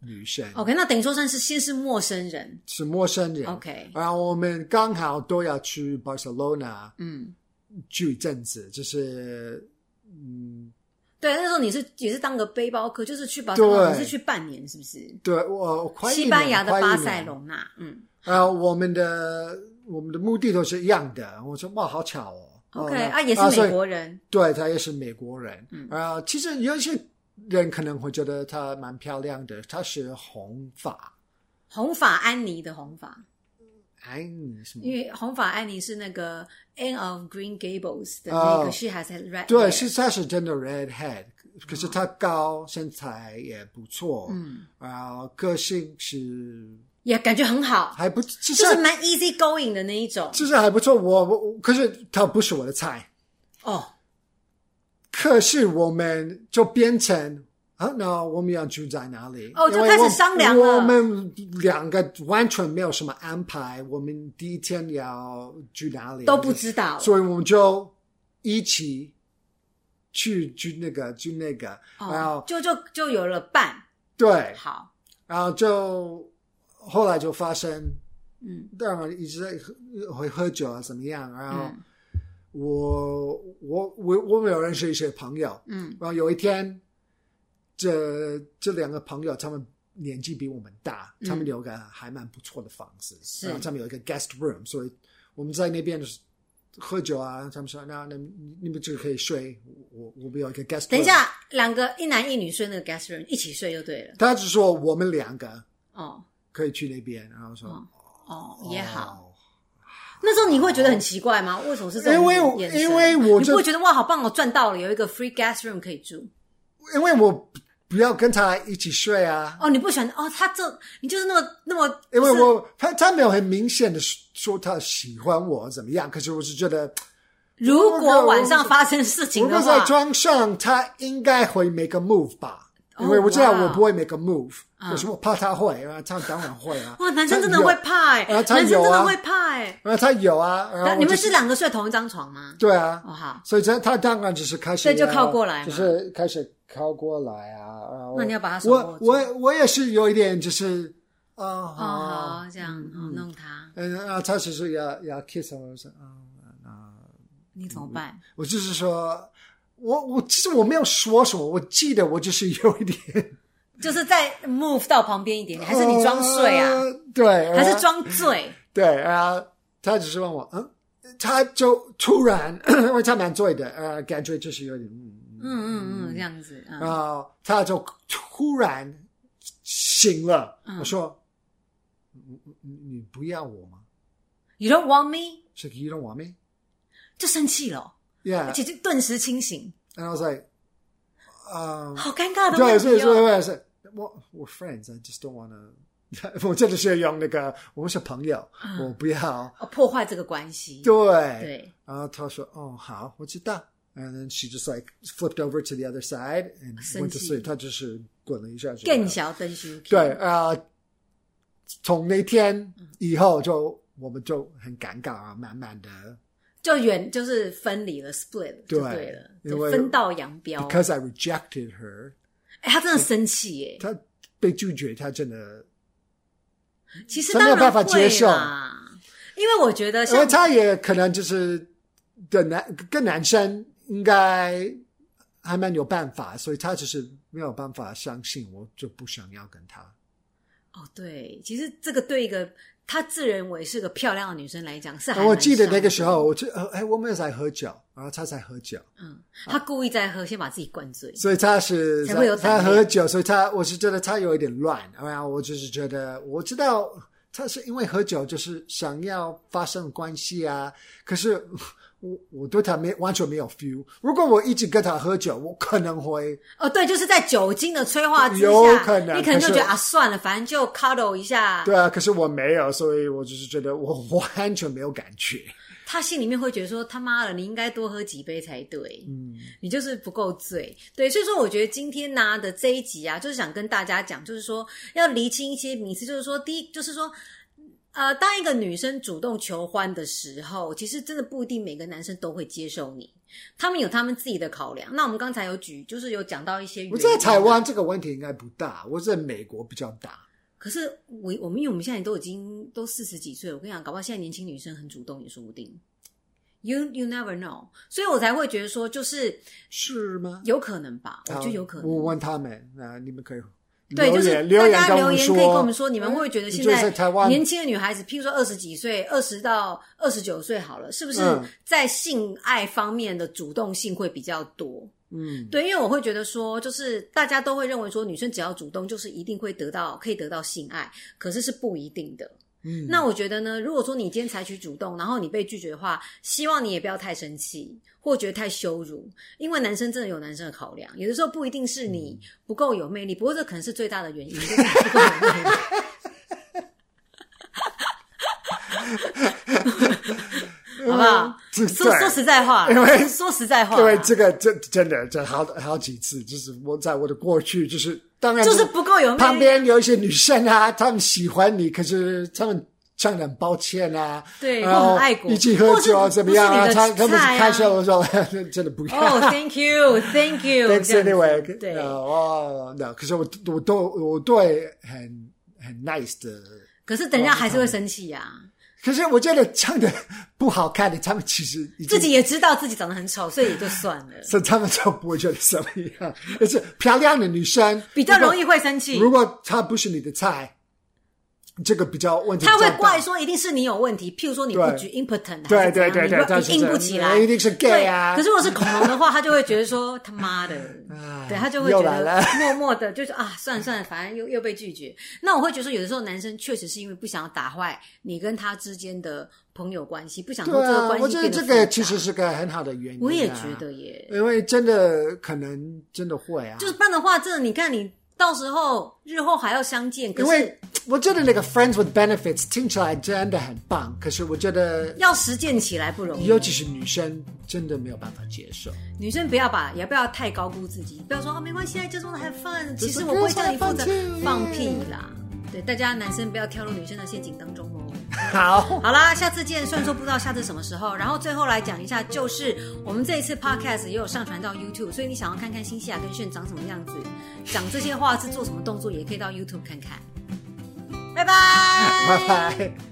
Speaker 2: 女生，
Speaker 1: ，OK，那等于说算是先是陌生人
Speaker 2: 是陌生人。
Speaker 1: ，OK，
Speaker 2: 然啊后我们刚好都要去 Barcelona
Speaker 1: 嗯。
Speaker 2: 住一阵子，就是嗯，
Speaker 1: 对，那时候你是也是当个背包客，就是去巴塞
Speaker 2: 对
Speaker 1: 罗那，你是去半年是不是？
Speaker 2: 对我我快一
Speaker 1: 西
Speaker 2: 年
Speaker 1: 班牙的
Speaker 2: 快一
Speaker 1: 巴
Speaker 2: 年
Speaker 1: 塞隆纳，嗯
Speaker 2: 啊，我们的我们的目的都是一样的。我说哇，好巧哦。
Speaker 1: ，OK
Speaker 2: 哦
Speaker 1: 啊，也是
Speaker 2: 所
Speaker 1: 美
Speaker 2: 以
Speaker 1: 国人，
Speaker 2: 对他也是美国人。
Speaker 1: 嗯
Speaker 2: 啊、其实有一些人可能会觉得她蛮漂亮的，她是红发，
Speaker 1: 红发安妮的红发，
Speaker 2: 哎，你什么
Speaker 1: 因？为红发安妮是那个 Anne of Green Gables 的
Speaker 2: 哦
Speaker 1: 那个，she has a red，
Speaker 2: 对，
Speaker 1: hair
Speaker 2: 是她是真的 redhead，可是她高，身材也不错，
Speaker 1: 哦嗯，
Speaker 2: 然后个性是
Speaker 1: 也感觉很好，
Speaker 2: 还不，就
Speaker 1: 就是
Speaker 2: 是
Speaker 1: 蛮 easy going 的那一种
Speaker 2: 就是还不错。我我可是她不是我的菜，
Speaker 1: 哦，
Speaker 2: 可是我们就变成啊，那我们要住在哪里？
Speaker 1: 哦就
Speaker 2: 因为
Speaker 1: 开始
Speaker 2: 我
Speaker 1: 商量了
Speaker 2: 我们两个完全没有什么安排，我们第一天要住哪里啊
Speaker 1: 都不，知道，
Speaker 2: 所以我们就一起去去那个去那个，然
Speaker 1: 哦
Speaker 2: 后，
Speaker 1: 就就就有了伴，
Speaker 2: 对，
Speaker 1: 好，
Speaker 2: 然后就后来就发生，
Speaker 1: 嗯
Speaker 2: 当然一直在喝会喝酒啊，怎么样？然后
Speaker 1: 嗯
Speaker 2: 我、我我我们有认识一些朋友，
Speaker 1: 嗯
Speaker 2: 然后有一天，这这两个朋友，他们年纪比我们大，
Speaker 1: 嗯
Speaker 2: 他们有个还蛮不错的房子，
Speaker 1: 是
Speaker 2: 然后他们有一个 guest room，所以我们在那边喝酒啊。他们说：“那那你你们就可以睡，我我们有一个 guest。”
Speaker 1: 等一，下，两个一男一女睡那个 guest room 一起睡就对了，
Speaker 2: 他只说我们两个
Speaker 1: 哦
Speaker 2: 可以去那边，然后说、
Speaker 1: 嗯哦也好。
Speaker 2: 哦
Speaker 1: 那时候你会觉得很奇怪吗？为什么是这
Speaker 2: 因
Speaker 1: 种
Speaker 2: 为我
Speaker 1: 眼神
Speaker 2: 因为我
Speaker 1: 你
Speaker 2: 就
Speaker 1: 不会觉得哇，好棒哦，赚到了，有一个 free gas room 可以住
Speaker 2: 因为我不不要跟他一起睡啊。
Speaker 1: 哦。你不喜欢哦，他这你就是那么那么，
Speaker 2: 因为
Speaker 1: 不是
Speaker 2: 我他他没有很明显的说他喜欢我怎么样，可是我是觉得
Speaker 1: 如果晚上发生事情
Speaker 2: 如
Speaker 1: 的
Speaker 2: 果
Speaker 1: 话
Speaker 2: 在，床上，他应该会 make a move 吧？
Speaker 1: 哦
Speaker 2: 因为我知道
Speaker 1: 哇
Speaker 2: 我不会 make a move，、
Speaker 1: 嗯。
Speaker 2: 可是我怕他会，然后他当然会啊
Speaker 1: 哇，男生真的会怕哎、
Speaker 2: 他有啊他
Speaker 1: 男生真
Speaker 2: 有啊
Speaker 1: 的会怕哎、
Speaker 2: 然后他有啊，然后
Speaker 1: 那
Speaker 2: 我
Speaker 1: 你们
Speaker 2: 就是
Speaker 1: 两个睡同一张床吗？
Speaker 2: 对啊，
Speaker 1: 哦好，
Speaker 2: 所以这他当然就是开始，
Speaker 1: 所以就靠过来嘛
Speaker 2: 就是开始靠过来啊。然后
Speaker 1: 那你要把他手握
Speaker 2: 我
Speaker 1: 住
Speaker 2: 我我也是有一点就是啊，哦
Speaker 1: 哦好，这样、哦、弄他，
Speaker 2: 嗯，然后他只是要要 kiss 我，我说啊啊，
Speaker 1: 你怎么办？
Speaker 2: 我就是说。我我其实我没有说什么，我记得我就是有一点，
Speaker 1: 就是在 move 到旁边一点， (laughs) 还是你装睡啊？
Speaker 2: 呃？ (laughs) 对，
Speaker 1: 还
Speaker 2: 然
Speaker 1: 是
Speaker 2: 后
Speaker 1: 装醉？
Speaker 2: 对，然后他只是问我，嗯，他就突然，因为他蛮醉的，呃，感觉就是有点，
Speaker 1: 嗯
Speaker 2: 嗯，
Speaker 1: 嗯嗯，这样子，嗯
Speaker 2: 然后他就突然醒了，
Speaker 1: 嗯
Speaker 2: 我说，你你你不要我吗
Speaker 1: You don't want me，
Speaker 2: ？She's like, you don't want me?
Speaker 1: 就生气了，
Speaker 2: Yeah.
Speaker 1: 而且就顿时清醒，
Speaker 2: And I was like, um,
Speaker 1: 好尴 (laughs) 尬的
Speaker 2: 对，
Speaker 1: 问
Speaker 2: 所以
Speaker 1: 题
Speaker 2: 所以
Speaker 1: 哦。
Speaker 2: 所以所以我我 friends，I just don't wanna 。 (laughs) 我真的是用那个，我们是朋友，
Speaker 1: 嗯
Speaker 2: 我不要。
Speaker 1: 哦破坏这个关系，
Speaker 2: 对，
Speaker 1: 对，
Speaker 2: 然后他说，哦，好，我知道。And then she just like flipped over to the other side and
Speaker 1: 生
Speaker 2: went to
Speaker 1: 气
Speaker 2: sleep。他就是滚了一下，
Speaker 1: 更。小灯修。
Speaker 2: 对，呃，从那天以后就我们就很尴尬啊，慢慢的
Speaker 1: 就远就是分离了，split 了就对了，
Speaker 2: 因
Speaker 1: 就
Speaker 2: 为
Speaker 1: 分道扬镳。
Speaker 2: ，because I rejected her，
Speaker 1: 哎，他真的生气耶！
Speaker 2: 她被拒绝，她真的，
Speaker 1: 其实
Speaker 2: 他没有
Speaker 1: 当然
Speaker 2: 办法接受
Speaker 1: 会啦，因为我觉得
Speaker 2: 因为
Speaker 1: 像
Speaker 2: 她也可能就是的男跟男生应该还蛮有办法，所以她只是没有办法相信，我就不想要跟他。
Speaker 1: 哦，对，其实这个对一个她自认为是个漂亮的女生来讲是还
Speaker 2: 我记得
Speaker 1: 蛮伤
Speaker 2: 那个时候，我就呃，哎，我们在喝酒，然后他在喝酒，
Speaker 1: 的，嗯，她故意在喝，先把自己灌醉。
Speaker 2: 所以他是
Speaker 1: 才会有
Speaker 2: 他
Speaker 1: 胆量
Speaker 2: 喝酒，所以他我是觉得他有一点乱，然后我就是觉得我知道他是因为喝酒就是想要发生关系啊，可是我我对他没完全没有 feel。如果我一直跟他喝酒，我可能会
Speaker 1: 哦，对，就是在酒精的催化之下，
Speaker 2: 有可能
Speaker 1: 你可能就
Speaker 2: 可是
Speaker 1: 觉得啊，算了，反正就 cuddle 一
Speaker 2: (laughs)
Speaker 1: 下。
Speaker 2: 对啊，可是我没有，所以我就是觉得我完全没有感觉。
Speaker 1: 他心里面会觉得说他妈的，你应该多喝几杯才对，嗯，你就是不够醉，对，所以说我觉得今天呢、的这一集啊，就是想跟大家讲，就是说要厘清一些迷思，就是说第一，就是说。呃，当一个女生主动求欢的时候，其实真的不一定每个男生都会接受你，他们有他们自己的考量。那我们刚才有举，就是有讲到一些原因。啊
Speaker 2: 我在台湾这个问题应该不大，我在美国比较大。
Speaker 1: 可是我我们因为我们现在都已经都四十几岁了，我跟你讲，搞不好现在年轻女生很主动也说不定。You you never know，所以我才会觉得说，就是
Speaker 2: 是吗？
Speaker 1: 有可能吧，我
Speaker 2: 好
Speaker 1: 觉得有可
Speaker 2: 啊我
Speaker 1: 能。
Speaker 2: 问他们，那你们可以
Speaker 1: 对，
Speaker 2: 留
Speaker 1: 就是
Speaker 2: 言留言
Speaker 1: 大家
Speaker 2: 跟我
Speaker 1: 留
Speaker 2: 们
Speaker 1: 言
Speaker 2: 说，哎
Speaker 1: 可以跟我们说，你们会不会觉得
Speaker 2: 你
Speaker 1: 现
Speaker 2: 就是在台湾
Speaker 1: 年轻的女孩子，譬如说二十几岁、二十到二十九岁好了，是不是
Speaker 2: 嗯
Speaker 1: 在性爱方面的主动性会比较多？
Speaker 2: 嗯，
Speaker 1: 对，因为我会觉得说，就是大家都会认为说，女生只要主动，就是一定会得到可以得到性爱，可是是不一定的。
Speaker 2: 嗯
Speaker 1: 那我觉得呢，如果说你今天采取主动，然后你被拒绝的话，希望你也不要太生气，或觉得太羞辱，因为男生真的有男生的考量，有的时候不一定是你
Speaker 2: 嗯
Speaker 1: 不够有魅力，不过这可能是最大的原因，就是你不够有
Speaker 2: (laughs)
Speaker 1: 魅力。好不好？
Speaker 2: 这
Speaker 1: 说说实在话，
Speaker 2: 因为
Speaker 1: 说实在话，
Speaker 2: 因为这个真真的这好好几次，就是我在我的过去，就是当然
Speaker 1: 就是不够有魅
Speaker 2: 旁
Speaker 1: 力。
Speaker 2: 边有一些女生啊，她们喜欢你，可是她们唱得很抱歉啊，
Speaker 1: 对
Speaker 2: 然
Speaker 1: 或
Speaker 2: 后
Speaker 1: 很爱国
Speaker 2: 一起喝酒啊
Speaker 1: 或是
Speaker 2: 怎么样
Speaker 1: 不是你的
Speaker 2: 她她们
Speaker 1: 菜啊
Speaker 2: 开车的时候 (laughs) 真的不要。
Speaker 1: 哦、t h a n k you，Thank you，
Speaker 2: (laughs) Thanks
Speaker 1: 这样子
Speaker 2: anyway，
Speaker 1: 对。
Speaker 2: 呃哦，那可是我我都我对很很 nice 的，
Speaker 1: 可是等一下还是
Speaker 2: 嗯
Speaker 1: 会生气呀、
Speaker 2: 可是我觉得唱的不好看的，他们其实已经
Speaker 1: 自己也知道自己长得很丑，所以也就算
Speaker 2: (laughs)
Speaker 1: 了，
Speaker 2: 所以他们就不会觉得怎么样。而且漂亮的女生
Speaker 1: 比较容
Speaker 2: 易
Speaker 1: 易会生气。
Speaker 2: 如果她不是你的菜，这个比较问题比
Speaker 1: 他
Speaker 2: 较大。
Speaker 1: 会怪说一定是你有问题，譬如说你不
Speaker 2: 对
Speaker 1: 举 impotent，还是
Speaker 2: 对
Speaker 1: 怎
Speaker 2: 对
Speaker 1: 样
Speaker 2: 对对，她
Speaker 1: 你
Speaker 2: 是
Speaker 1: 硬
Speaker 2: 这
Speaker 1: 不
Speaker 2: 样
Speaker 1: 起来，
Speaker 2: 一定是 gay 啊。
Speaker 1: 对可是如果是恐龙的话，他就会觉得说他妈
Speaker 2: (laughs)
Speaker 1: 的，对他就会觉
Speaker 2: 哎又来
Speaker 1: 得
Speaker 2: 了
Speaker 1: (laughs) 默默的就是啊，算了算了，反正又又被拒绝。那我会觉得说，有的时候男生确实是因为不想打坏你跟他之间的朋友关系，不想说
Speaker 2: 对
Speaker 1: 这个
Speaker 2: 啊，
Speaker 1: 关
Speaker 2: 我
Speaker 1: 系
Speaker 2: 觉
Speaker 1: 变
Speaker 2: 得
Speaker 1: 得
Speaker 2: 这
Speaker 1: 复
Speaker 2: 个
Speaker 1: 杂
Speaker 2: 其实是个很好的原因、啊。
Speaker 1: 我也觉得，耶，
Speaker 2: 因为真的可能真的会啊，
Speaker 1: 就是不然的话，这你看你到时候日后还要相见，可
Speaker 2: 因
Speaker 1: 是
Speaker 2: 为我觉得那个 friends with benefits 听起来真的很棒，可是我觉得
Speaker 1: 要实践起来不容易。
Speaker 2: 尤其是女生真的没有办法接受。
Speaker 1: 女生不要把，也不要太高估自己，不要说啊没关系啊，就这么 have fun。其实我不会叫你负责
Speaker 2: Just
Speaker 1: 放
Speaker 2: have fun
Speaker 1: 屁啦。对，大家男生不要跳入女生的陷阱当中哦。
Speaker 2: 好，
Speaker 1: 好啦，下次见。虽然说不知道下次什么时候，然后最后来讲一下，就是我们这一次 podcast 也有上传到 YouTube，所以你想要看看新西亚跟炫长什么样子，讲这些话是做什么动作，也可以到 YouTube 看看。拜拜，
Speaker 2: 拜拜。